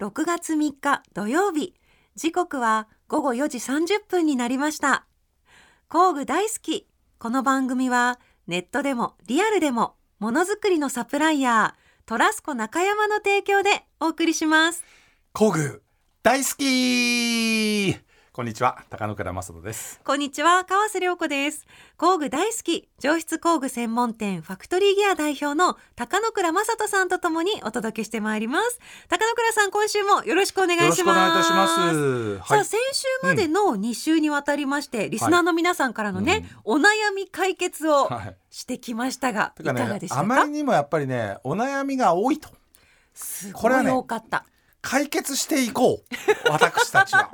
6月3日土曜日時刻は午後4時30分になりました工具大好きこの番組はネットでもリアルでもものづくりのサプライヤートラスコ中山の提供でお送りします工具大好きこんにちは高野倉正人ですこんにちは川瀬良子です工具大好き上質工具専門店ファクトリーギア代表の高野倉正人さんとともにお届けしてまいります高野倉さん今週もよろしくお願いしますよろしくお願いいたしますさあ、はい、先週までの2週にわたりまして、リスナーの皆さんからのね、お悩み解決をはいしてきましたが、てい、かかねがでしあたまかりにもやっぱりねお悩みが多いとすこごれはいね多かった、解決していこう私た ちは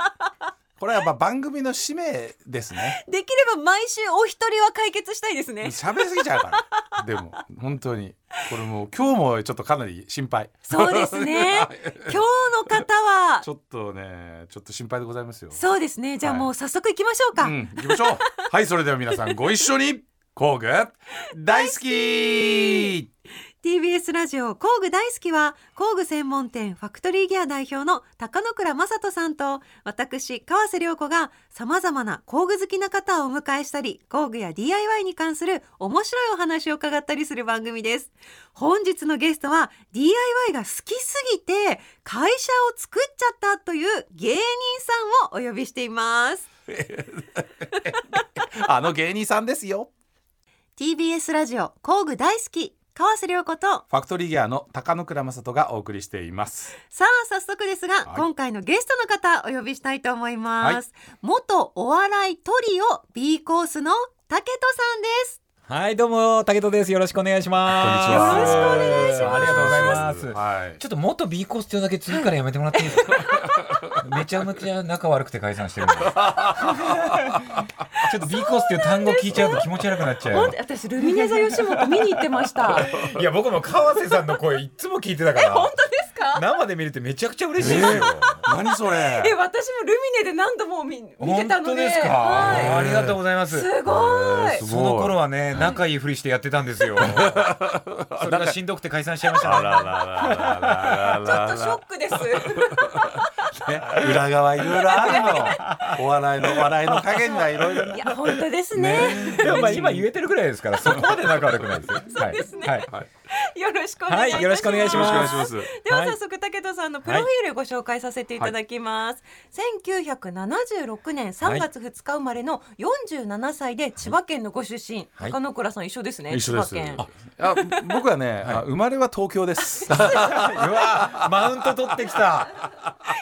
これはやっぱ番組の使命ですねできれば毎週お一人は解決したいです ね喋りすぎちゃうからでも本当にこれもう今日もちょっとかなり心配そうですね はい今日の方は ちょっとねちょっと心配でございますよそうですねじゃあはいもう早速行きましょうか、うん、行きまし ょう。はい、それでは皆さんご一緒に工具大好き。 TBS ラジオ工具大好きは工具専門店ファクトリーギア代表の高野倉正人さんと私川瀬良子がさまざまな工具好きな方をお迎えしたり工具や DIY に関する面白いお話を伺ったりする番組です本日のゲストは DIY が好きすぎて会社を作っちゃったという芸人さんをお呼びしていますあの芸人さんですよ。 TBS ラジオ工具大好き川瀬良子とファクトリーギアの高野倉正人がお送りしています。さあ早速ですが、はい今回のゲストの方お呼びしたいと思います、元お笑いトリオ B コースの竹人さんですはい、どうも、竹戸です。よろしくお願いします。こんにちはよろしくお願いしますありがとうございます。はいちょ。っと元 B コースっていうだけ次からやめてもらっていいです かめちゃめちゃ仲悪くて解散してるんで。ちょ っと B コースっていう単語聞いちゃうと気持ち悪くなっちゃ本う当。私ルミネ座吉本見に行ってました いや、僕も川瀬さんの声いつも聞いてたから。本当ですか生で見れてめちゃくちゃ嬉しいですよ何それ。え私もルミネで何度も見見てたのではあいりがとうございまい、す。すごいすごいその頃はね、仲いいふりしてやってたんです よ。それがしんどくて解散しちゃいましたねあらららららちょっらとショックですらね裏側いろいろあるの。お笑いの笑いの加減がいろいろ。いや本当ですねで もまあ今言えてるぐらいですから、そこまで仲悪くないですよ。そうですねはい。はいよろしくお願いいたします、はいよろしくお願いしよろしくお願まいします。でははい早速武田さんのプロフィールご紹介させていただきます、1976年3月2日生まれの47歳で千葉県のご出身、はい高野倉さん一緒ですね一緒です千葉県。あ、僕はね、あ生まれは東京です。うわ、マウント取ってきた。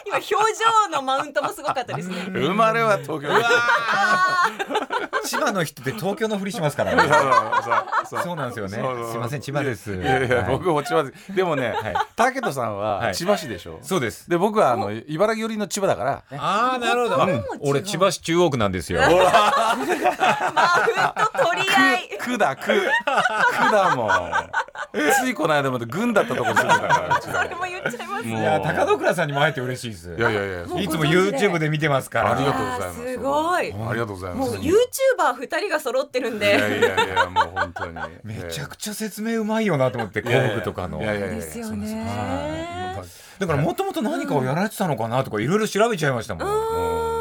今表情のマウントもすごかったですね生まれは東京です。千葉の人って東京のふりしますからね。そうそうなんですよねそうそう。すいません、千葉です。いやいや、はい僕も千葉です。でもねはい、武人さんははい千葉市でしょ。そうです。で、僕はあの茨城寄りの千葉だから。ああ、なるほどど。うん俺千葉市中央区なんですよ。マウント取り合 い区だ区。区だもん。ついこの間まで軍だったとこ住んでたからうちそられ。も言っちゃいますもういねや、高野倉さんにも会えて嬉しいですい。やいやいや、そういつも YouTube で見てますから。ありがとうございます。いやーすごいありがとうございまもうす。ユーチューバー二人が揃ってるんいでやいやいや、もう本当に。 めちゃちくちゃ説明うまいよなと思って、工具とかの。いやいやいやいやです よはいねもうだからもともと何かをやられてたのかなとかいろいろ調べちゃいましたもん。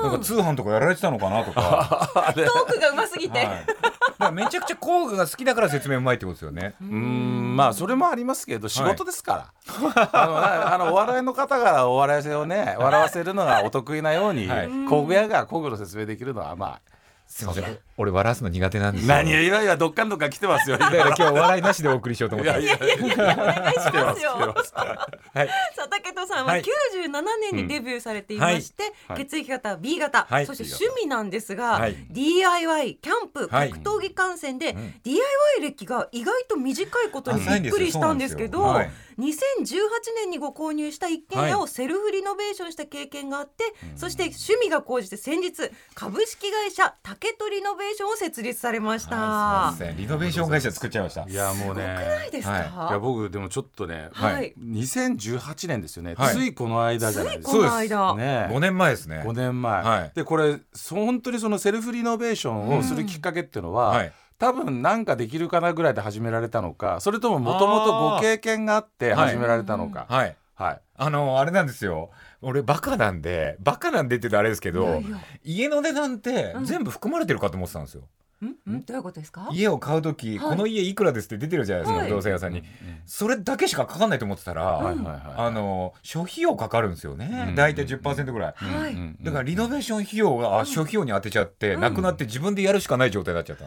なんか通販とかやられてたのかな とか。トークがうますぎて、 はい。だからめちゃくちゃ工具が好きだから説明うまいってことですよね。うーんまあそれもありますけど仕事ですから、あのあのお笑いの方がお笑い性をね笑わせるのがお得意なように、はい工具屋が工具の説明できるのはまあすいません。俺笑わすの苦手なんですよ。何だいやいやどっかんどっかん来てますよ。いから今日お笑いなしでお送りしようと思いっやたんいでやす。いやいやお願いしますよ来てますはいさあ武人さんはは97い年にデビューされていまして、うんはい血液型は B 型、はいそして趣味なんですが、はい DIY キャンプはい格闘技観戦で、うん DIY 歴が意外と短いことにび浅いんっですくよりしたんですけどそうなんで2018年にご購入した一軒家はをセルフリノベーションした経験があって、そして趣味が高じて先日株式会社竹取リノベーションを設立されました。はいすいませんリノベーション会社作っちゃいました。いやもうないね。ですか、はいや僕でもちょっとね、はいはい2018年ですよね、はいついこの間じゃないですこの間、ね5年前ですね。 5年前、はいでこれそう本当にそのセルフリノベーションをするきっかけっていうのは、はい多分なんかできるかなぐらいで始められたのかそれとももともとご経験があってあー始められたのか、はい。はいあのあれなんですよ俺バカなんでバカなんでって言うとあれですけどいやいや家の値段って全部含まれてるかと思ってたんですよ、んんどういうことですか家を買う時、はいこの家いくらですって出てるじゃないですか、はい不動産屋さんに、うんそれだけしかかかんないと思ってたら、はいはいあはの諸費用かかるんですよね、うん大体10%ぐらい、いはいうんうんだからリノベーション費用が、あ諸費用に当てちゃって、なくなって自分でやるしかない状態になっちゃった、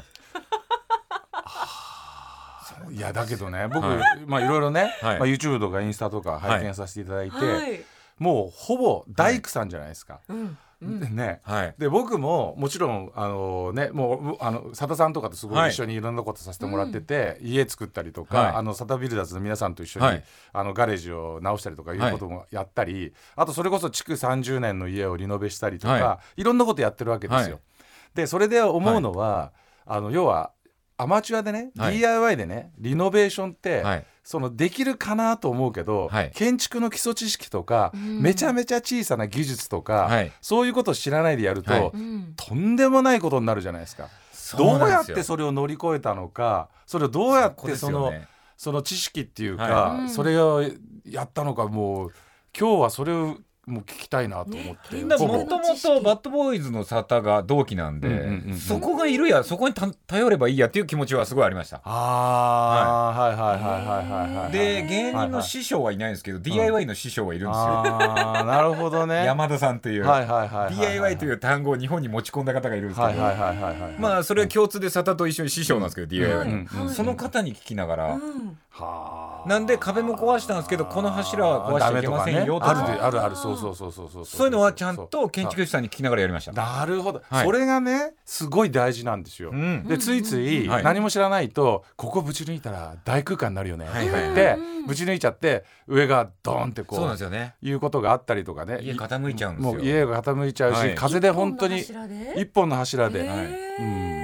いやだけどね僕、はいまあいろいろね、はいまあ、YouTube とかインスタとか拝見させていただいて、はいもうほぼ大工さんじゃないですか。うんうんでねはいで僕ももちろんあのねもううあの佐田さんとかとすごはいい一緒にいろんなことさせてもらってて、家作ったりとか、はいあの佐田ビルダーズの皆さんと一緒に、はいあのガレージを直したりとかいうこともやったり、あとそれこそ築30年の家をリノベしたりとか、、はいろんなことやってるわけですよ。はでそれで思うのは、あの要はアマチュアでね、はい DIY でねリノベーションって、はいそのできるかなと思うけど、はい建築の基礎知識とか、うんめちゃめちゃ小さな技術とか、はいそういうことを知らないでやると、はいうんとんでもないことになるじゃないですか。そどなうんやでっすよてそれを乗り越えたのかそれをどうやっここでてすそよのそ,、ねの知識っていうか、はいうんそれをやったのかもう今日はそれをもう聞きたいなと思って、ねだほかぼらもともとバッドボーイズの沙汰が同期なんで、うんうんうんうんそこがいるやそこにた頼ればいいやっていう気持ちはすごいありました。あー、はい、はいはいはいはいはいはいではい芸人の師匠はいないんですけど、DIY の師匠はいるんですよ。あーなるほどね。山田さんっていう、はいはいはいはい DIY というう単語を日本に持ち込んだ方がいるんですけど、はいはいはいはいはい。まあそれは共通で沙汰と一緒に師匠なんですけど、DIY の、うんうんその方に聞きながら、 うんはあなんで壁も壊したんですけどこの柱は壊しちゃいけませんよダメとかとかねあるあるあるそうそうそうそうそうそういうのはちゃんと建築士さんに聞きながらやりました。なるほど、はいそれがねすごい大事なんですよ、うんでついついはい何も知らないと、ここぶち抜いたら大空間になるよね、はいはいでうんぶち抜いちゃって上がドーンってこそうなうんですよね。いうことがあったりとかね家傾いちゃうんですよ。もう家が傾いちゃうし、はい風で本当に一本の柱で一本の柱で、へ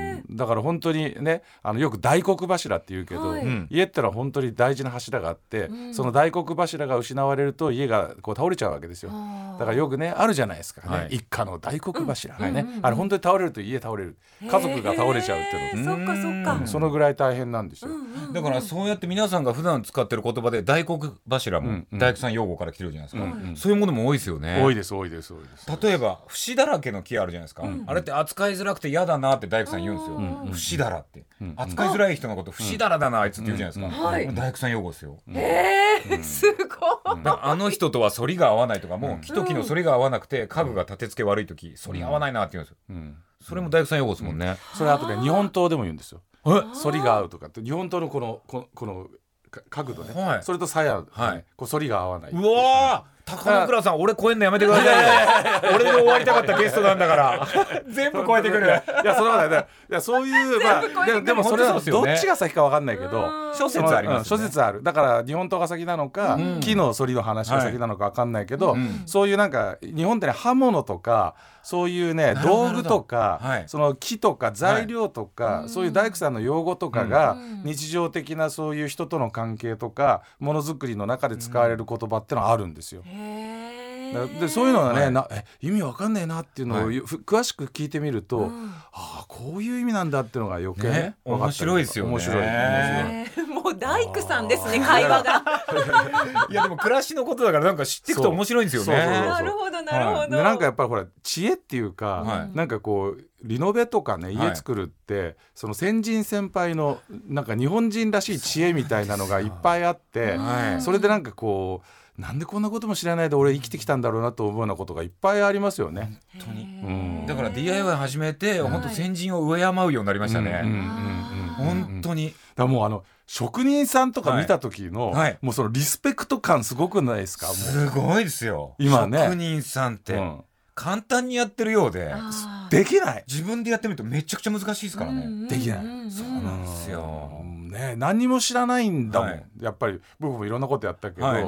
ーうん、だから本当にねあのよく大黒柱っていうけど、はいうん家ってのは本当に大事な柱があって、うんその大黒柱が失われると家がこう倒れちゃうわけですよ。あーだからよくねあるじゃないですかね、はい一家の大黒柱がうんね、うんうんうんあれ本当に倒れると家倒れる家族が倒れちゃうっていうの、へーそっかそっうかんそのぐらい大変なんですよ。うんうんうんだからそうやって皆さんが普段使ってる言葉で大黒柱うもんうん大工さん用語から来てるじゃないですか、うんうんそういうものも多いですよね多いです多いです多いです。例えば節だらけの木あるじゃないですか、あれって扱いづらくて嫌だなって大工さん言うんですよ、うんうん節だらって、うん扱いづらい人のこと節だらだなあいつって言うじゃないですか、うんはい大工さん用語ですよ、えーすごいだからあの人とは反りが合わないとかもう木と木の反りが合わなくて家具が立て付け悪い時反り合わないなって言うんですようんそれも大工さん用語ですもんね、それあとね日本刀でも言うんですよ。え反りが合うとかって日本刀のこのこのこのか角度ね、はいそれと鞘、ねはいこう反りが合わない。うわー高野倉さん俺超えんのやめてくださ いよ俺で終わりたかったゲストなんだから全部超えてくるいやそれはね、いやそういうまあででもそれはどっちが先かわかんないけど。諸そ説のあります、ね、うん諸説あるだから日本刀が先なのか、うん木の反りの話が先なのかわかんないけど、はいうんそういうなんか日本ってね刃物とかそういうねなるほど道具とか、はいその木とか材料とか、いそういう大工さんの用語とかが、うん日常的なそういう人との関係とかものづくりの中で使われる言葉ってのはあるんですよ。へだーでそういうのはね、はいなえ意味わかんねえなっていうのを、はいふ詳しく聞いてみると、うんああこういう意味なんだっていうのが余計ねね分かったりとか面白いですよね面白い面白いえー もう大工さんですね会話が いやでも暮らしのことだからなんか知っていくと面白いんですよね。そうそうそうそうなるほどなるほどでなんかやっぱりほら知恵っていうか、はいなんかこうリノベとかねはい家作るって、その先人先輩のなんか日本人らしい知恵みたいなのがいっぱいあってよそはいれでなんかこうなんでこんなことも知らないで俺生きてきたんだろうなと思うようなことがいっぱいありますよね。本当に。うんだから DIY 始めてい本当先人を敬うようになりましたうんうんうんね。うんうん本当に。だからもうあの職人さんとか見た時の、はいはいもうそのリスペクト感すごくないですかもうすごいですよ。今ね職人さんってうん簡単にやってるようで、できない自分でやってみるとめちゃくちゃ難しいですからね。できないそうそうなんですよ。ね、何にも知らないんだもん、はいやっぱり僕もいろんなことやったけど、はい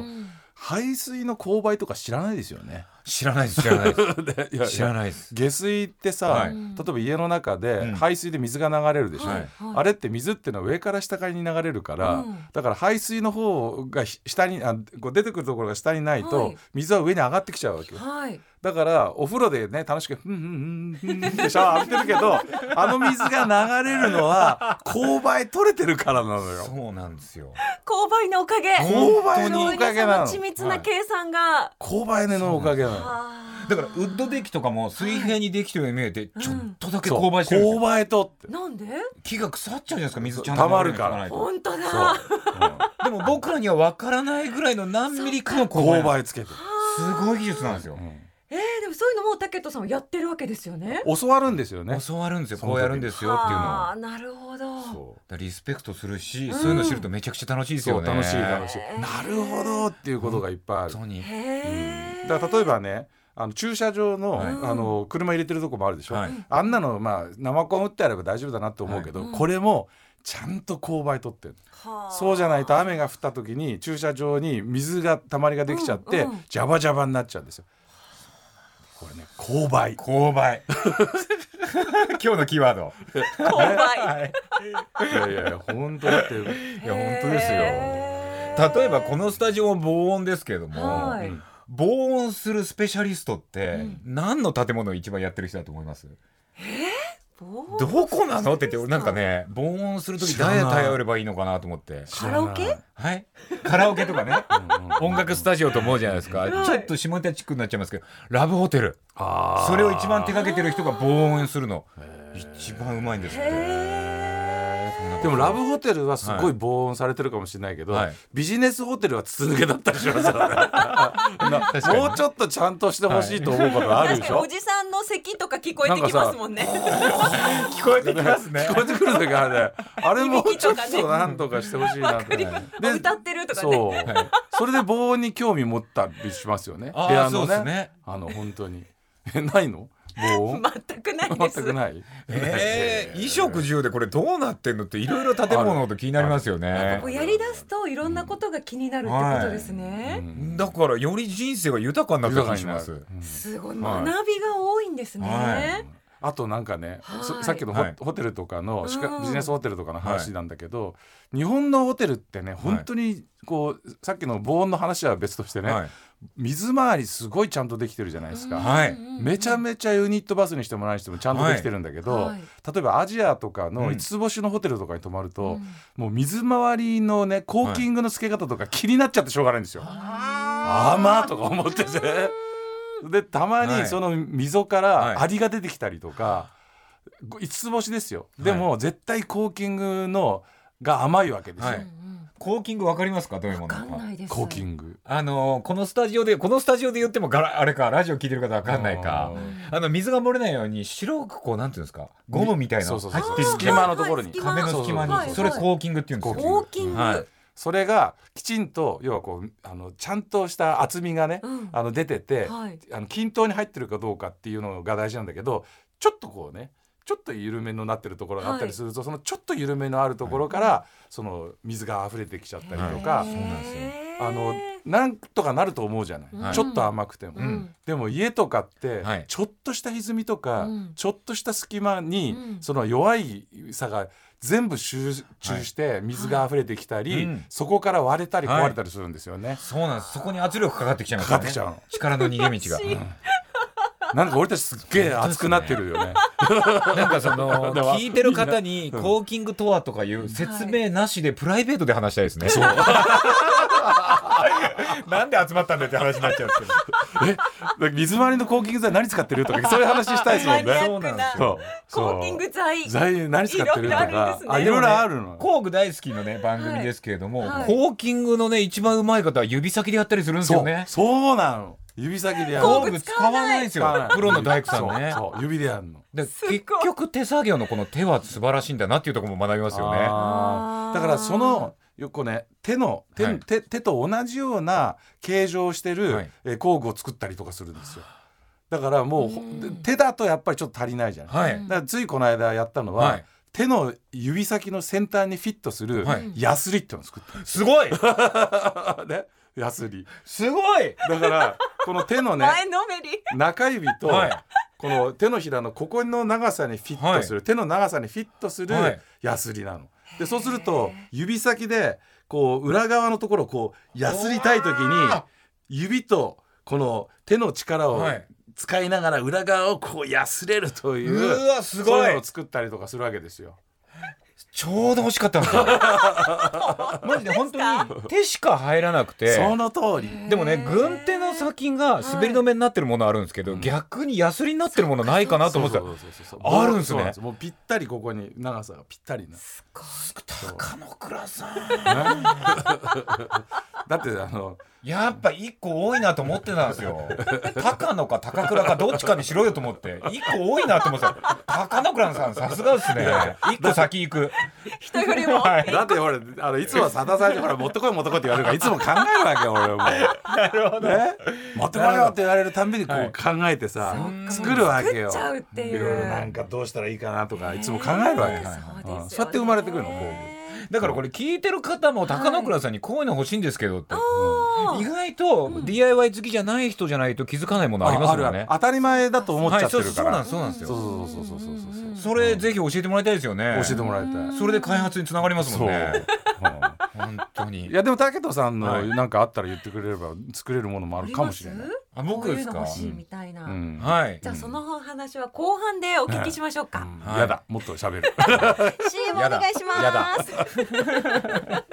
排水の勾配とか知らないですよね。知らないです知ら ないでいやす。知らないです。下水ってさ、はい例えば家の中でうん排水で水が流れるでしょ、はいあれって水ってのは上から下からに流れるから、うんだから排水の方がひ下にあこう出てくるところが下にないと、はい水は上に上がってきちゃうわけよはいだからお風呂でね楽しく「ふんふんふんふん」ってシャワー浴びてるけどあの水が流れるのは勾配取れてるからなのよ。そうなんですよ。勾配のおかげほん勾配のお皆かげさなんのの緻密な計算が、勾配のおかげなの。あだからウッドデッキとかも水平にできてるように見えて、ちょっとだけそう勾配してるんですよ勾配とってーなんで木が腐っちゃうじゃないですか水ちゃん溜まるから流れていか本当だそうないとでも僕らには分からないぐらいの何ミリかの勾勾配配つけてる、すごい技術なんですよ、えー、でもそういうのもタケットさんはやってるわけですよね教わるんですよね。教わるんですよそのこう時にやるんですよっていうのをああなるほどそうだからリスペクトするし、うんそういうの知るとめちゃくちゃ楽しいですそようね楽しい楽しいへーなるほどっていうことがいっぱいある本当にへえ、だから例えばねあの駐車場の,、はいあの車入れてるとこもあるでしょ、はいあんなのまあ生コン打ってあれば大丈夫だなと思うけど、はいうんこれもちゃんと勾配取ってる、はあそうじゃないと雨が降った時に駐車場に水が溜まりができちゃって、うんうんジャバジャバになっちゃうんですよ。これね勾配 勾配 今日のキーワード勾 配いいやいやいや本当だっていや本当ですよ例えばこのスタジオも防音ですけれども、はいうん防音するスペシャリストって何の建物を一番やってる人だと思います、どこなのって言ってなんかね防音する時知らない誰頼ればいいのかなと思ってカラオケ知らないはいカラオケとかね音楽スタジオと思うじゃないですか、はいちょっと下ネタチックになっちゃいますけどラブホテルあーそれを一番手掛けてる人が防音するの一番うまいんですってでもラブホテルはすごい防音されてるかもしれないけど、はいビジネスホテルは筒抜けだったりし ますよね確かにもうちょっとちゃんとしてほしいと思うことあ確るでかしにょ、おじさんの咳とか聞こえてきますもんね。聞こえてきますね聞こえてくる時あれ あれもうちょっ響きとかねとなんとかしてほしいなって、わかります 歌ってるとかねそう、いそれで防音に興味持ったりしますよねあー部屋そのうでねすねあの本当にえないの防音全くないです。全くないえー、衣食住でこれどうなってんのっていろいろ建物と気になりますよねこうやり出すといろんなことが気になるってことですね。うんだからより人生が豊かになった気がします豊かになるすごいは学いびが多いんですね。はあとなんかね、そはいさっきのホ,、はいホテルとかの宿うんビジネスホテルとかの話なんだけど、日本のホテルってね本当にこう、さっきの防音の話は別としてね、はい水回りすごいちゃんとできてるじゃないですか。はいめちゃめちゃユニットバスにしても何にしてもちゃんとできてるんだけど、はい例えばアジアとかうのん5つ星のホテルとかに泊まると、もう水回りのねコーキングの付け方とか気になっちゃってしょうがないんですよ。あーまあとか思 っててでたまはにいその溝かはいらアリが出てきたりとか、五5つ星ですよでも絶対コーキングのが甘いわけですよ、はいコーキングわかりますかどういうものわかんないです。コーキング。あのーこのスタジオでこのスタジオで言ってもガラあれかラジオ聞いてる方わかんないかあの水が漏れないように白くこうなんていうんですかゴムみたいなそのうそうそう入ってる隙間のところにはいはい壁の隙間はいはいにそれコーキングっていうんですコよーキング。はいそれがきちんと要はこうあのちゃんとした厚みがね、うんあの出てて、はいあの均等に入ってるかどうかっていうのが大事なんだけどちょっとこうねちょっと緩めのなってるところがあったりすると、そのちょっと緩めのあるところから、その水が溢れてきちゃったりとか、はいそうなんですよへーあのなんとかなると思うじゃない、はいちょっと甘くても、うんでも家とかってはいちょっとした歪みとか、うんちょっとした隙間に、うんその弱いさが全部集中して水が溢れてきたり、はいうんそこから割れたりはい壊れたりするんですよね。そうなんですそこに圧力かかってきちゃいますかかってきちゃうの力の 逃げ道がなんか俺たちすっげえ熱くなってるよね。なんかその だから聞いてる方にコーキングとはとかいう説明なしでプライベートで話したいですね。 なんで集まったんだって話になっちゃうんですけど。え水回りのコーキング剤何使ってるとかそういう話したいですもマんニアッ ね。クなそうそうコーキング剤。材何使っていろいるとろあるんかですねあいろいろあるの。工具大好きのね番組ですけれども、はいコーキングのね一番うまい方は指先でやったりするんですそよう、ね。そうなの。指先でやる。工工具具使使わわなないいです使わなよい。プロの大工さんね。そうそう指でやるの。でごい結局手作業のこの手は素晴らしいんだなっていうところも学びますよね。あーだからそのよくね手の手,、はい手手と同じような形状をしてる、はいえー工具を作ったりとかするんですよ。だからもうほ手だとやっぱりちょっと足りないじゃない。はい。だからついこの間やったのは、はい手の指先の先端にフィットするはいヤスリっていうのを作ったんですすごいよ、 ねヤスリすごいだからこの手のね前のめり。中指と、はいこの手のひらのここの長さにフィットする、手の長さにフィットするはいヤスリなの。でそうすると指先でこう裏側のところをこうヤスリたい時にうわ指とこの手の力をはい使いながら裏側をこうやすれるといううわすごいそういうのを作ったりとかするわけですよ。ちょうど欲しかったんですよ マジで本当に手しか入らなくてその通りでもね軍手の先が滑り止めになってるものあるんですけど、はい逆にヤスリになってるものないかなと思ってたそうそうそうそうあるんすねそうもうぴったりここに長さがぴったりな。高野倉さんねだってあのやっぱ一個多いなと思ってたんです よ。高野か高倉かどっちかにしろよと思って、一個多いなと思ってた。高野倉さんさすがですね。一個先行 く。人よりも、はい。だって俺あのいつもさださんにほら持ってこい持ってこいって言われるからいつも考えるわけよ俺も。なるほど。ね、持ってこいよって言われるたんびにこはうい考えてさ、そうか作るわけ作よっちゃうっていいろいろなんう。かどうしたらいいかなとかいつも考えるわけ、ねそうですよねうんそうやって生まれてくるの工だからこれ聞いてる方も高野倉さんにこういうの欲しいんですけどって。お意ー外と DIY 好きじゃない人じゃないと気づかないもの具ありまするよるね。当たり前だと思っちゃはっい、てそうるそかうならんですそうなんですそうよ。そうそうそうそうそうそうそれぜひ教えてもらいたいですよね。教えてもらいたい、それで開発につながりますそう、もんね。う本当んにい。やでも武藤さんのはいなんかあったら言ってくれれば作れるものもあるかもしれない、あ僕ですこういうのか欲。しいみたいな。うんはいじ。ゃあその話は後半でお聞きしましょうか。うんはいやだもっと喋る CM お願いし やだます。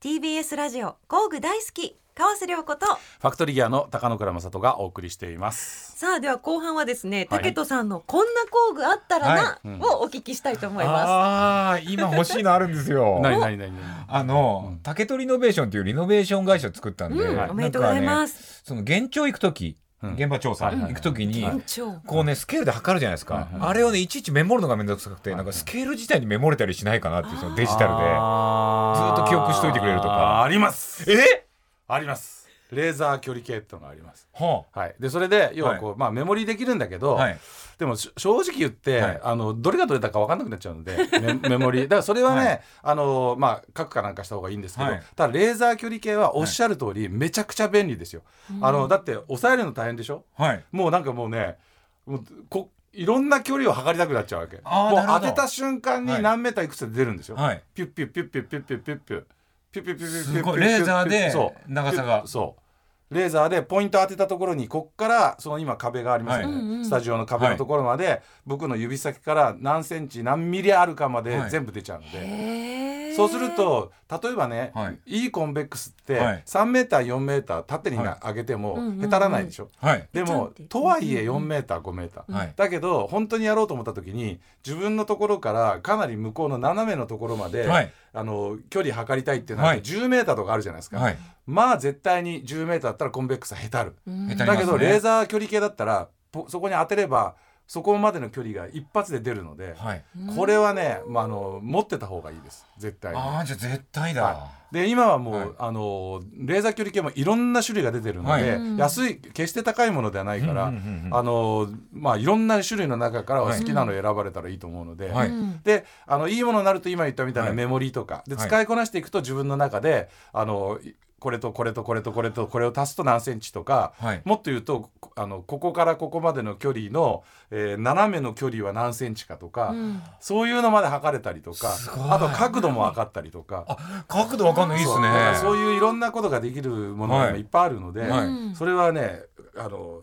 TBS ラジオ工具大好き川瀬良子とファクトリーギアの高野倉正人がお送りしていますさあでは後半はですね、はいタケトさんのこんな工具あったらな、はいうんをお聞きしたいと思いまああー、今欲しいのあるんですよ。何何何何あの、うん竹取リノベーションっていうリノベーション会社作ったんで、す、はいおめでとうございなんかまね、す、その現場行く時、うん現場調査はいはいは行いく時に、はい超こうねスケールで測るじゃないですか、はいはいあれをねいちいちメモるのがめんどくさくて、はいなんかスケール自体にメモれたりしないかなっていうそのデジタルあーずっと記憶しといてくれるとかありますでえありますレーザー距離計ってのがありますははい、でそれで要はこう、まあ、メモリーできるんだけあど、はいでもし正直言って、はいあのどれがどれだか分かんなくなっちゃうのでメ メモリーだからそれはね、はあのまあ、書くかなんかした方がいいんですけど、はいただレーザー距離計はおっしゃる通り、めちゃくちゃ便利ですよ、あのだって抑えるの大変でしょはいもうなんかもうねもうこいろんな距離を測りたくなっちゃうわけあーもうなるほ当どてた瞬間にはい何メーターいくつって出るんですよ、はいピュッピュッピュッピュッピュッピュッピュッピュッピュッピュッピュッピュッピュッピュッピュッすごいレーザーでそう長さがそうレーザーでポイント当てたところにこっからその今壁がありますよね、はいうんうんスタジオの壁のところまで、僕の指先から何センチ何ミリあるかまではい全部出ちゃうので、へーそうすると例えばね、はいい、いコンベックスってはい3メーター4メーター縦にな上げてうんうんもうんへたらないでしょ、はいでちゃんもってとはいえ4メーター5メーター、はいだけど本当にやろうと思った時に自分のところからかなり向こうの斜めのところまで、はいあの距離測りたいってなると10メーターとかあるじゃないですか、はいまあ絶対に10メーターだったらコンベックスはへたる、うん下手だけどレーザー距離計だったらぽそこに当てればそこまでの距離が一発で出るので、はいこれはね、まあ、あの持ってた方がいいです絶対に。ああじゃあ絶対だ、はで今はもう、はいあのレーザー距離計もいろんな種類が出てるので、はいうん安い決して高いものではないから、うんうんうんうんあのまあいろんな種類の中からははい好きなのを選ばれたらいいと思うので、はいうんであのいいものになると今言ったみたいなはいメモリーとか、ではい使いこなしていくと自分の中であのいこれとこれとこれとこれとこれを足すと何センチとか、はいもっと言うとこあのここからここまでの距離の、えー斜めの距離は何センチかとか、うんそういうのまで測れたりとかすごいあと角度も測ったりとか。あ角度わかんないいいっすそうだからそうねいういろんなことができるものが今はいいっぱいあるので、はいそれはねあの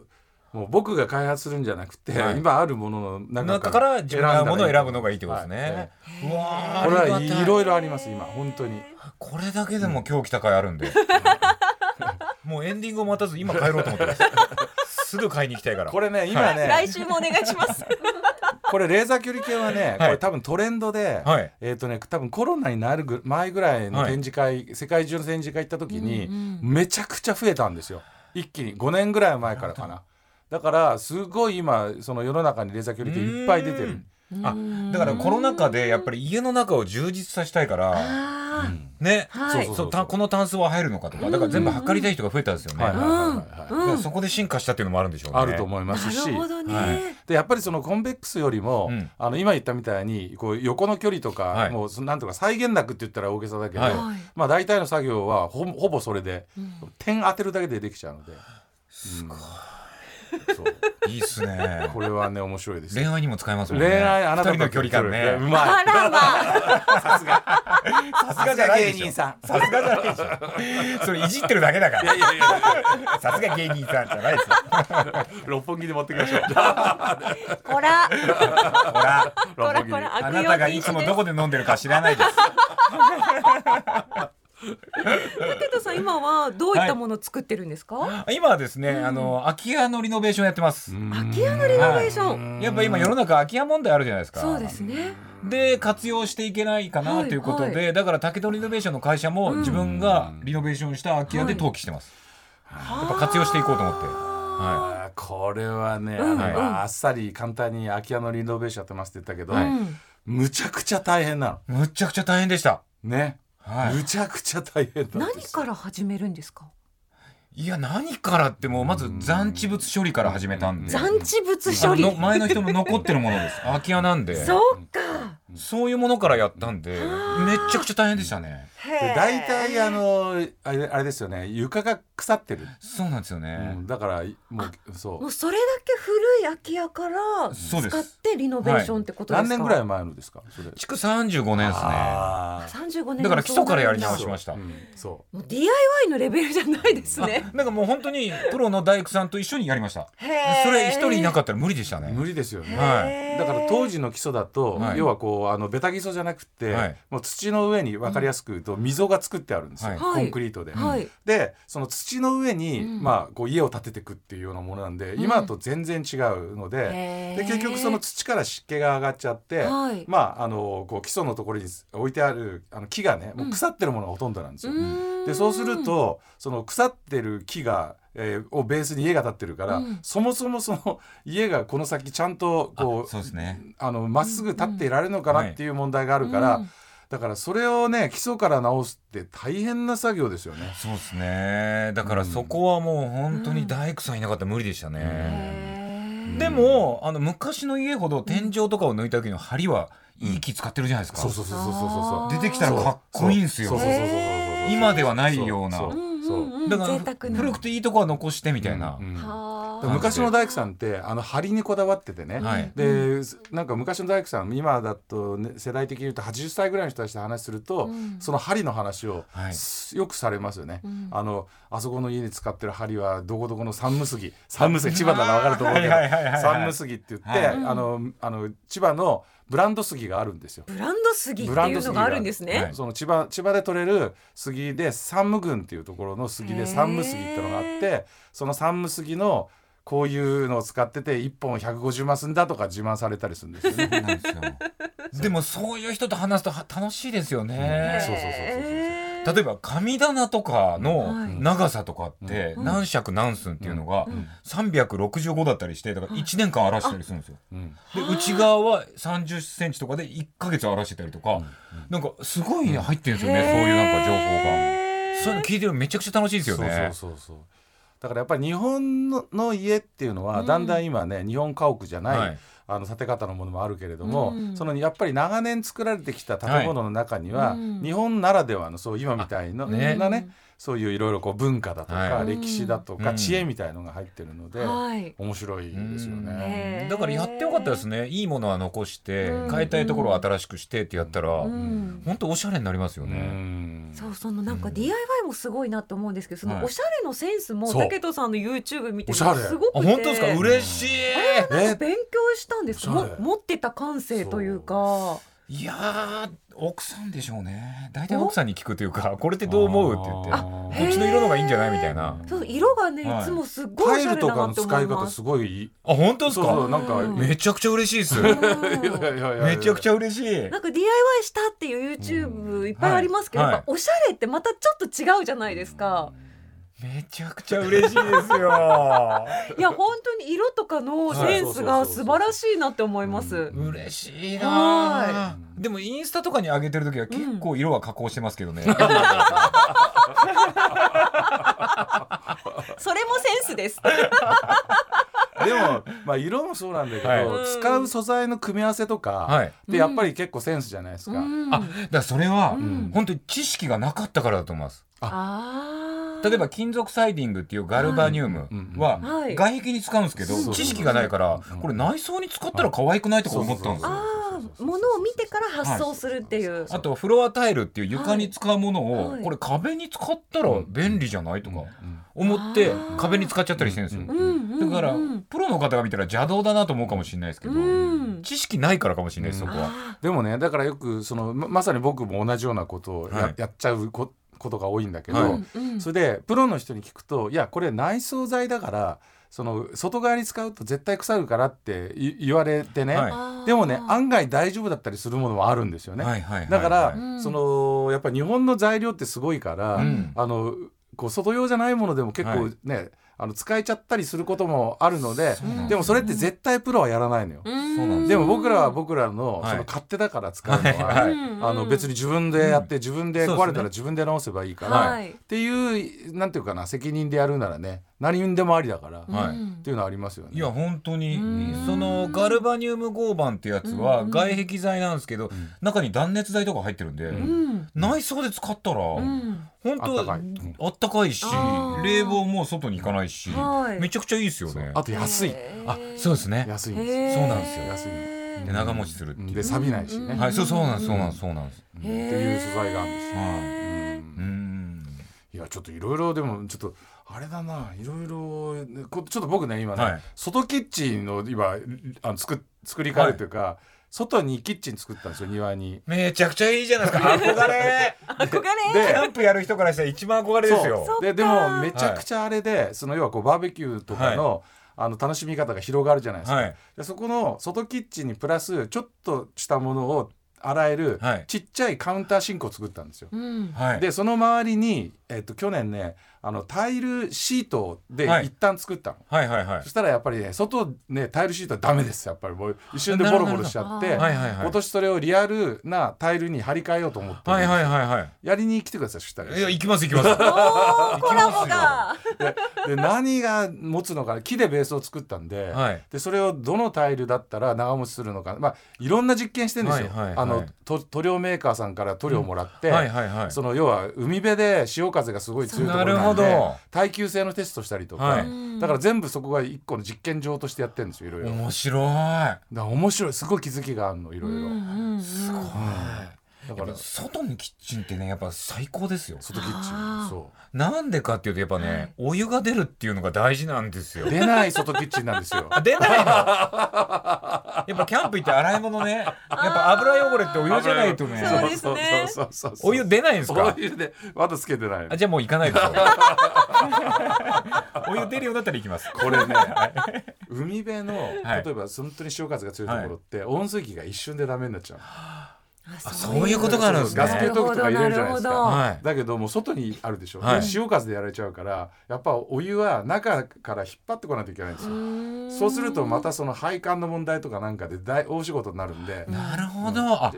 もう僕が開発するんじゃなくて、はい今あるものの中中かからら自分のものを選ぶのがいいってことですはいえねえ、うわあこれあはりがたいろいろあります今本当にこれだけでも今日来た回あるん で、もうエンディングを待たず今帰ろうと思ってますすぐ買いに行きたいからこれね今ね、来週もお願いします。これレーザー距離計はね、はいこれ多分トレンドで、はいえっ、とね多分コロナになるぐ前ぐらいのはい展示会、世界中の展示会行った時に、うんめちゃくちゃ増えたんですよ一気に5年ぐらい前からかなだからすごい今その世の中にレーザー距離計いっぱい出てる あだからコロナ禍でやっぱり家の中を充実させたいからあーね、はいそうそうたこのタンスは入るのかとかだから全部測りたい人が増えたんですよね、はいはいはいはいはいうんだうかんらそこで進化したっていうのもあるんでしょうねあると思いますなしるほどね。はいでやっぱりそのコンベックスよりも、うんあの今言ったみたいにこう横の距離とか、はいもうそのなんとか際限なくって言ったら大げさだけど、はいはいまあ、大体の作業はほぼほぼそれで、うん点当てるだけでできちゃうので。すごいそういいっすねこれはね面白いです恋よ愛にも使えますもん恋ね愛あなた二人の距離感うねまあいらまさすがさすがじゃないでしょささんすがじゃないでしょそれいじってるだけだかいやいやいやらさすが芸人さんじゃないですよ 六本木で持ってきましょうこらほらこらこらあ悪なた用が禁いつ止もでどこで飲んでるか知らないですす武田さん今はどういったものを作ってるんですか、今はですね、あの空き家のリノベーションやってます、空き家のリノベーション、やっぱ今世の中空き家問題あるじゃないですかそうですねで活用していけないかはないということで、はだから竹戸リノベーションの会社も自分がリノベーションした空き家で登記してます、やっぱ活用していこうと思ってはあーこれはね、うんあのうんあっさり簡単に空き家のリノベーションやってますって言ったけど、うんむちゃくちゃ大変ないむちゃくちゃ大変でしたのね、はいむちゃくちゃ大変なん何ですから始めるんですかいや何からってもうまず残地物処理から始めたんで残地物処理あの前の人の残ってるも のです空き家なんでそそうかいうものからやったんでめちゃくちゃ大変でしたねで大体あのあれあれですよね床が腐ってる、そうなんですよね、うんだからもうそもううそれだけ古い空き家から使そうですってリノベーションってことですか何年ぐらい前のですかそれ築35年ですねあー35年だから基礎からやり直ししましたうんそうもう DIY のレベルじゃないですねなんかもう本当にプロの大工さんと一緒にやりましたへーそれ一人いなかったら無理でしたね無理ですよねはだから当時の基礎だと、はい要はこうあのベタ基礎じゃなくて、はいもう土の上に分かりやすく言うと溝が作ってあるんですよ、はいコンクリートで。はいでその土の上に、うんまあ、こう家を建てていくっていうようなものなんで、うん今と全然違うので,、でで結局その土から湿気が上がっちゃって、はいまあ、あのこう基礎のところに置いてあるあの木がねもう腐ってるものがほとんどなんですよ。でそうするとその腐ってる木が、えーをベースに家が建ってるから、うんそもそもその家がこの先ちゃんとあこうそうですねあのまっすぐ立っていられるのかなっていう問題があるから、うんだからそれをね基礎から直すって大変な作業ですよね。そうですねだからそこはもう本当に大工さんいなかったら無理でしたね、へでもあの昔の家ほど天井とかを抜いた時の梁はいい木使ってるじゃないですか、そうそうそうそうそうそうあー出てきたらかっこいいんすよそうそうそうそうそうへー今ではないようなそうーうんそううんうんだから贅沢な古くていいとこは残してみたいな、うんうんはだからー昔の大工さんってあの梁にこだわっててね、はいでなんか昔の大工さん今だと、ね、世代的に言うと80歳ぐらいの人たちと話すると、うんその針の話を、はいすよくされますよね、うんあのあそこの家に使ってる針はどこどこの三無杉三無杉千葉ならわかると思うけどはいはいはいはい三無杉って言って、はいあのあの千葉のブランド杉があるんですよ。ブランド杉っていうのがあるんですブランねド杉がその千葉千葉で取れる杉で三無群っていうところの杉へーで三無杉ってのがあってその三無杉のこういうのを使ってて一本150マスんだとか自慢されたりするん ですよね。そうなんですよでもそういう人と話すとは楽しいですよね、そうそうそうそうそうへー例えば神棚とかのはい長さとかって何尺何寸っていうのが365だったりしてだから1年間荒らしたりするんですよ。うんで内側は30センチとかで1ヶ月荒らしてたりとかなんかすごいね入ってるんですよねそういうなんか情報が。へーそういうの聞いてるのめちゃくちゃ楽しいですよね。そうそうそうそうだからやっぱり日本のの家っていうのはだんだん今ね、日本家屋じゃない、はいあの建て方のものもあるけれども、うんそのやっぱり長年作られてきた建物の中には、はいうん日本ならではのそう今みたいなあねなねそういういろいろこう文化だとか、は歴史だとか、うん知恵みたいのが入ってるので、はい面白いですよね。へーだからやってよかったですねいいものは残してうん変えたいところを新しくしてってやったらうん本当おしゃれになりますようね。んそうそのなんか DIY もすごいなと思うんですけどそはのいおしゃれのセンスもそう武藤さんの YouTube 見ておすしゃごれくてあ本当ですかなんか嬉しいえ勉強したんですかおしゃれも持ってた感性というかいやー奥さんでしょうね大体奥さんに聞くというかこれってどう思うって言ってあへこーっちの色の方がいいんじゃないみたいなそう色がねはいいつもすっごいおタしイゃルれとだかなのと使思いいま方すすごいいいあ本当ですそうかそうなんかうんめちゃくちゃ嬉しい ですいやいやいやめちゃくちゃゃ嬉し いなんか DIY したっていう YouTube いっぱいありますけど、はいやっぱおしゃれってまたちょっと違うじゃないですか。めちゃくちゃ嬉しいですよいや本当に色とかのセンスが素晴らしいなって思います。はい 嬉しいなあでもインスタとかに上げてる時は結構色は加工してますけどね、それもセンスです。でも、まあ、色もそうなんだけど、はい使う素材の組み合わせとか、はいでやっぱり結構センスじゃないですか。うんあだからそれはうん本当に知識がなかったからだと思いますあ例えば金属サイディングっていうガルバニウムははい外壁に使うんですけど、はい知識がないからそうそうそうこれ内装に使ったら可愛くないとか思ったんですよ。ああ、ものを見てから発想するっていう。あとフロアタイルっていう床に使うものを、はいこれ壁に使ったら便利じゃないとかうん思ってあー壁に使っちゃったりしてるんですよ。うんうんうんうんだから、プロの方が見たら邪道だなと思うかもしれないですけど、うん知識ないからかもしれないです、そこは。あでもねだからよくそのままさに僕も同じようなことをや,、はいやっちゃうこことが多いんだけど、はーいうんうんそれでプロの人に聞くといやこれ内装材だからその外側に使うと絶対腐るからってい言われてね、はいでもねあー案外大丈夫だったりするものもあるんですよね。はいはいはいはいだから、うんそのやっぱ日本の材料ってすごいから、うんあのこう外用じゃないものでも結は構いね、あの使えちゃったりすることもあるのでそうなんですでもそれって絶対プロはやらないのよ。そうなんでも僕らは僕らのはいその勝手だから使うのは、はいあの別にに自分でやって自分で壊れたそうですねら自分で直せばいいから、はっい。ていうなんていうかな責任でやるならね何にでもありだから、んはいうんっていうのはありますよね。いや本当にうんそのガルバニウム合板ってやつはうん外壁材なんですけどん中に断熱材とか入ってるんでうん内装で使ったらうん本あった当かいあったかいしあー冷房も外に行かないしはいめちゃくちゃいいですよねあと安い、へーあそうですね安いんですよへーそうなんですよ安いへで長持ちするっていうで錆びないしね、うんはいそうそうなんですそうなんですそうなんですっていう素材があるんですよ。ーううんんいやちょっといろいろでもちょっとあれだないろいろねこちょっと僕ね今ね、はい外キッチンの今あの作っ作り変えるというか、外にキッチン作ったんですよ庭に。めちゃくちゃいいじゃな いですか憧れ憧れ。キでャンプやる人からしたら一番憧れですよそうででもめちゃくちゃあれで、その要はこうバーベキューとかの,、あの楽しみ方が広がるじゃないですか、はいでそこの外キッチンにプラスちょっとしたものを洗える、はいちっちゃいカウンターシンクを作ったんですよ。うんはいでその周りに、えっと去年ねあのタイルシートではい一旦作ったの、はいはいはいそしたらやっぱりね外ねタイルシートはダメですやっぱりもう一瞬でボロボロしちゃっなて、るほどはいはいはい今年それをリアルなタイルに張り替えようと思ってる、はいはいはいはやりに来てくださいそしたらいいや行きます行きますおーコラボが。で何が持つのか木でベースを作ったんで,、はいでそれをどのタイルだったら長持ちするのか、まあ、いろんな実験してるんですよ、はいはいはいあのと塗料メーカーさんから塗料をもらって、はいはいはいその要は海辺で潮風がすごい強いところななるほんでど耐久性のテストしたりとか、はいうんだから全部そこが一個の実験場としてやってるんですよいろいろ。だか面白いはら面白いすごい気づきがあるのいろいろ。すごい。だいやかっぱら外のキッチンってねやっぱ最高ですよ外キッチあンーそなんでかっていうとやっぱね、お湯が出るっていうのが大事なんですよう出ない外キッチンなんですよ。あ出ないのやっぱキャンプ行って洗い物ねやっぱ油汚れってお湯じゃないとね そうですねそうそうそうそうお湯出ないんですおか湯でまだつけてないのあじゃあもう行かないですよお湯出るようだったら行きますこれね海辺のはい例えば本当に潮風が強いところって温水器が一瞬でダメになっちゃうあそういうことがあるんですねガス系トークとか入れるじゃないですなるほどか。はいだけどもう外にあるでしょ、はいで潮風でやられちゃうからやっぱお湯は中から引っ張ってこないといけないんですよ。んそうするとまたその配管の問題とかなんかで大大仕事になるんで。なるほど、あ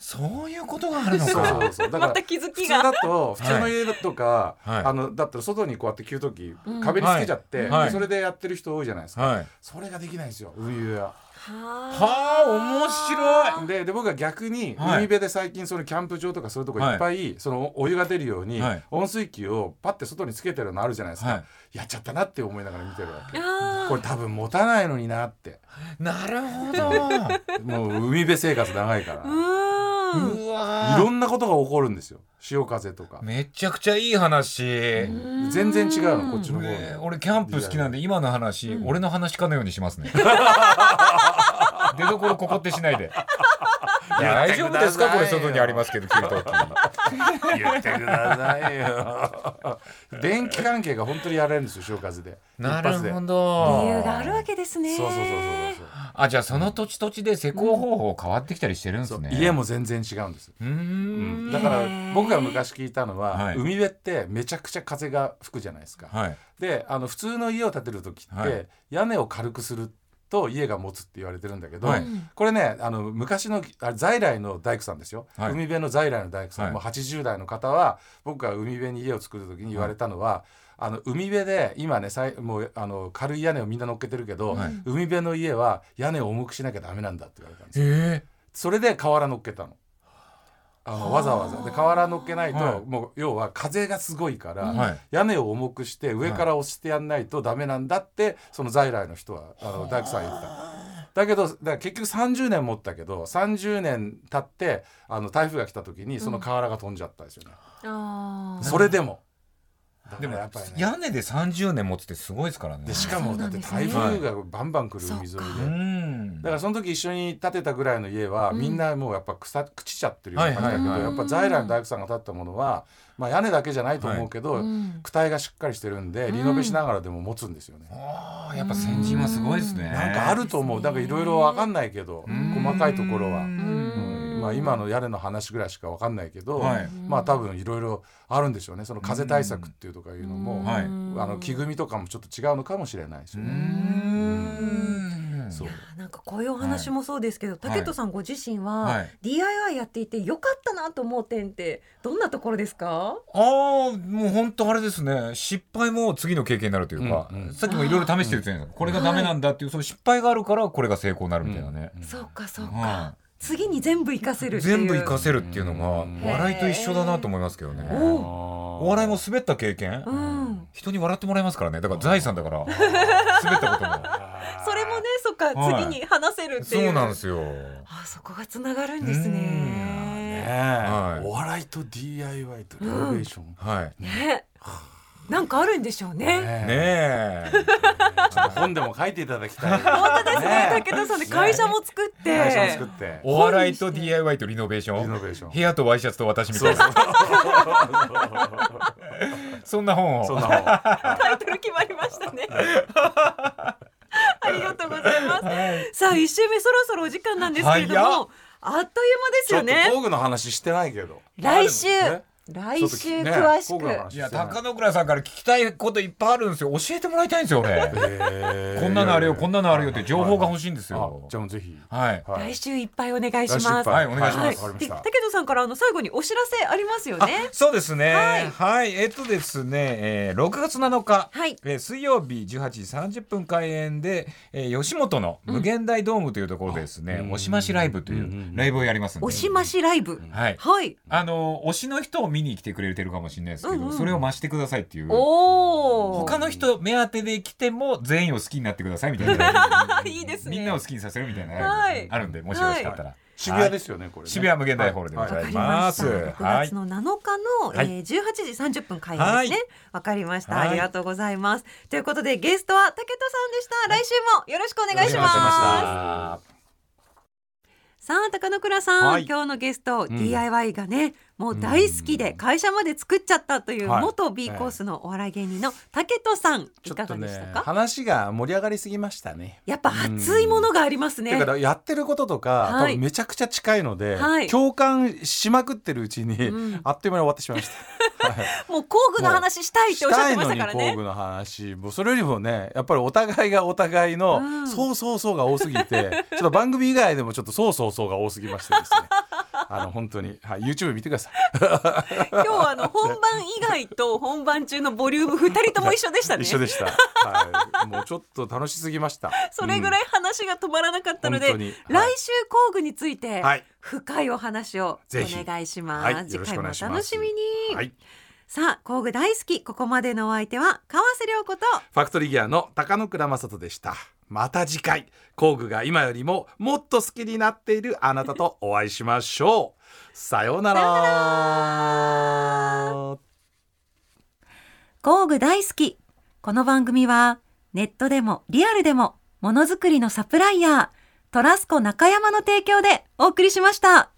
そういうことがあるのそうかそうそうだかまらた気づ普き通が。だと普通の家とか、はいあのだったら外にこうやって給湯器うん壁につけちゃって、はいでそれでやってる人多いじゃないですか、はいそれができないんですよお湯は。はあ面白いでで僕は逆にはい海辺で最近そのキャンプ場とかそういうとこいっぱいそのお湯が出るようにはい温水器をパッて外につけてるのあるじゃないですか、はいやっちゃったなって思いながら見てるわけあこれ多分持たないのになってなるほどもう海辺生活長いかあ。らうん。うわいろんんなことが起こるんですよ潮風とかめちゃくちゃいい話、ん全然違うのこっちの方ねが俺キャンプ好きなんで今の話、俺の話かのようにしますね出どころここってしないでいや大丈夫ですかこれ外にありますけど給湯器言ってくださいよ電気関係が本当にやられるんですよ潮風でな一る発でほ理ど由があるわけですね。そうそうそうそうあじゃあその土地土地で施工方法変わってきたりしてるんですそうねそう家も全然違うんですうーんだから僕が昔聞いたのは、はい海辺ってめちゃくちゃ風が吹くじゃないですか。はいであの普通の家を建てる時って、はい屋根を軽くすると家が持つって言われてるんだけど、はいこれねあの昔のあ在来の大工さんですよ、はい海辺の在来の大工さん、はいもう80代の方は僕が海辺に家を作る時に言われたのは、あの海辺で今ねさいもうあの軽い屋根をみんな乗っけてるけど、はい海辺の家は屋根を重くしなきゃダメなんだって言われたんですよえそれで瓦乗っけたの。あのわざわざで瓦乗っけないと、はいもう要は風がすごいから、はい屋根を重くして上から押してやんないとダメなんだって、その在来の人はあの大工さん言ってた。だけどだから結局30年持ったけど30年経ってあの台風が来た時にその瓦が飛んじゃったんですよね、あーそれでもでだかもらやっぱりね屋根で30年持つってすごいですからねでしかもだって台風がバンバン来る海沿いで、うんだからその時一緒に建てたぐらいの家は、みんなもうやっぱ腐朽ちちゃってるような感じだけど、はいはいやはいっぱ在来の大工さんが建ったものは、まあ、屋根だけじゃないと思うけど、うん躯体がしっかりしてるんでリノベしながらでも持つんですよね。あーやっぱ先人はすごいですねなんかあると思う。なんかいろいろわかんないけど、うん細かいところは。ううんんまあ今の屋根の話ぐらいしかわかんないけど、はいまあ多分いろいろあるんでしょうね。その風対策っていうとかいうのも、はいあの木組みとかもちょっと違うのかもしれないですようね。んそう。なんかこういうお話もそうですけど、竹人さんご自身は、はい DIY やっていて良かったなと思う点ってどんなところですか？ああもう本当あれですね失敗も次の経験になるというか、うんうんさっきもいろいろ試してるじゃないですかこれがダメなんだっていう、その失敗があるからこれが成功になるみたいなね、そうかそうか、は次に全部活かせるっていう。全部活かせるっていうのがうん笑いと一緒だなと思いますけどね、おうお笑いも滑った経験、うん。人に笑ってもらえますからねだから財産だから滑った こともそれもね、そっか、はい次に話せるっていう。そうなんですよあ、そこがつながるんですね。はいお笑いと DIY とリノベーション。はいね。なんかあるんでしょうね。ねね ええちょっと本でも書いていただきたい。本当ですねね武田さんで会社も作って、会社を作って。お笑いと DIY とリノベーションリノベーション部屋とワイシャツと私みたいなそ んな本をそんなもん。タイトル決まりましたねありがとうございます、さあ一週目そろそろお時間なんですけれど早っもあっという間ですちょよっとね工具の話してないけど。来週、ね来ちょっと週ね詳し工く、具の話いしてなや高野倉さんから聞きたいこといっぱいあるんですよ教えてもらいたいんですよ俺えーこんなのあれよこんなのあれよって情報がし欲しいんですいやいやいやあよじゃあもうぜひ。はいはい来週いっぱいお願いし来週まっす、ぱはいお願いしますははいわかりまでし武た。田さんからあの最後にお知らせありますよねそうですね。ははいい、えっとですね、えー6月7日、はいえー水曜日18時30分開演で、えー吉本の無限大ドームというところでですね、おしましライブというんうんううんライブをやりますんで。おしましライブ、はい。はいあの推しの人を見に来てくれてるかもしれないですけど、うんうんそれを増してくださいっていう。おお他の人目当てで来ても全員を好きになってくださいみたいな。いいですねみんなを好きにさせるみたいなはライいブあるんで、もしよろしかったら。渋谷ですよねこれね。渋谷無限大ホールでございはまわすかりました。は6い月の7日の、はいえー、18時30分開演ですね。わかりました。はいありがとうございます。ということでゲストは武田さんでした。来週もよろしくお願いしお願いしまますす。さあ高野倉さん、はい今日のゲスト、ん DIY がねもう大好きで会社まで作っちゃったというはい元 B コースのお笑い芸人の竹人さん、ちいょかっがとでしたねか、話が盛り上がりすぎましたね。やっぱ熱いものがありますねだからやってることとか、はい多分めちゃくちゃ近いので、はい共感しまくってるうちに、ん あっという間に終わってしまいました。もう工具の話したいっておっしゃってましたからしたいのに工ね具の話もうそれよりもねやっぱりお互いがお互いの、うんそうそうそうが多すぎて ちょっと番組以外でもちょっとそうそうそうが多すぎ ましてですねあの本当に、はい、YouTube 見てください今日はあの本番以外と本番中のボリューム2人とも一緒でしたね 一緒でした、はい、もうちょっと楽しすぎましたそれぐらい、い話が止まらなかったので、うん本当にはい来週工具についてはい深いお話をぜひお願いします。はい次よろし回くもおお願いしま楽すしみうに。んはい、さあ工具大好きここまでのお相手は川瀬良子とファクトリーギアの高野倉正人でしたまた次回工具が今よりももっと好きになっているあなたとお会いしましょうさようなら工具大好きこの番組はネットでもリアルでもものづくりのサプライヤートラスコ中山の提供でお送りしました。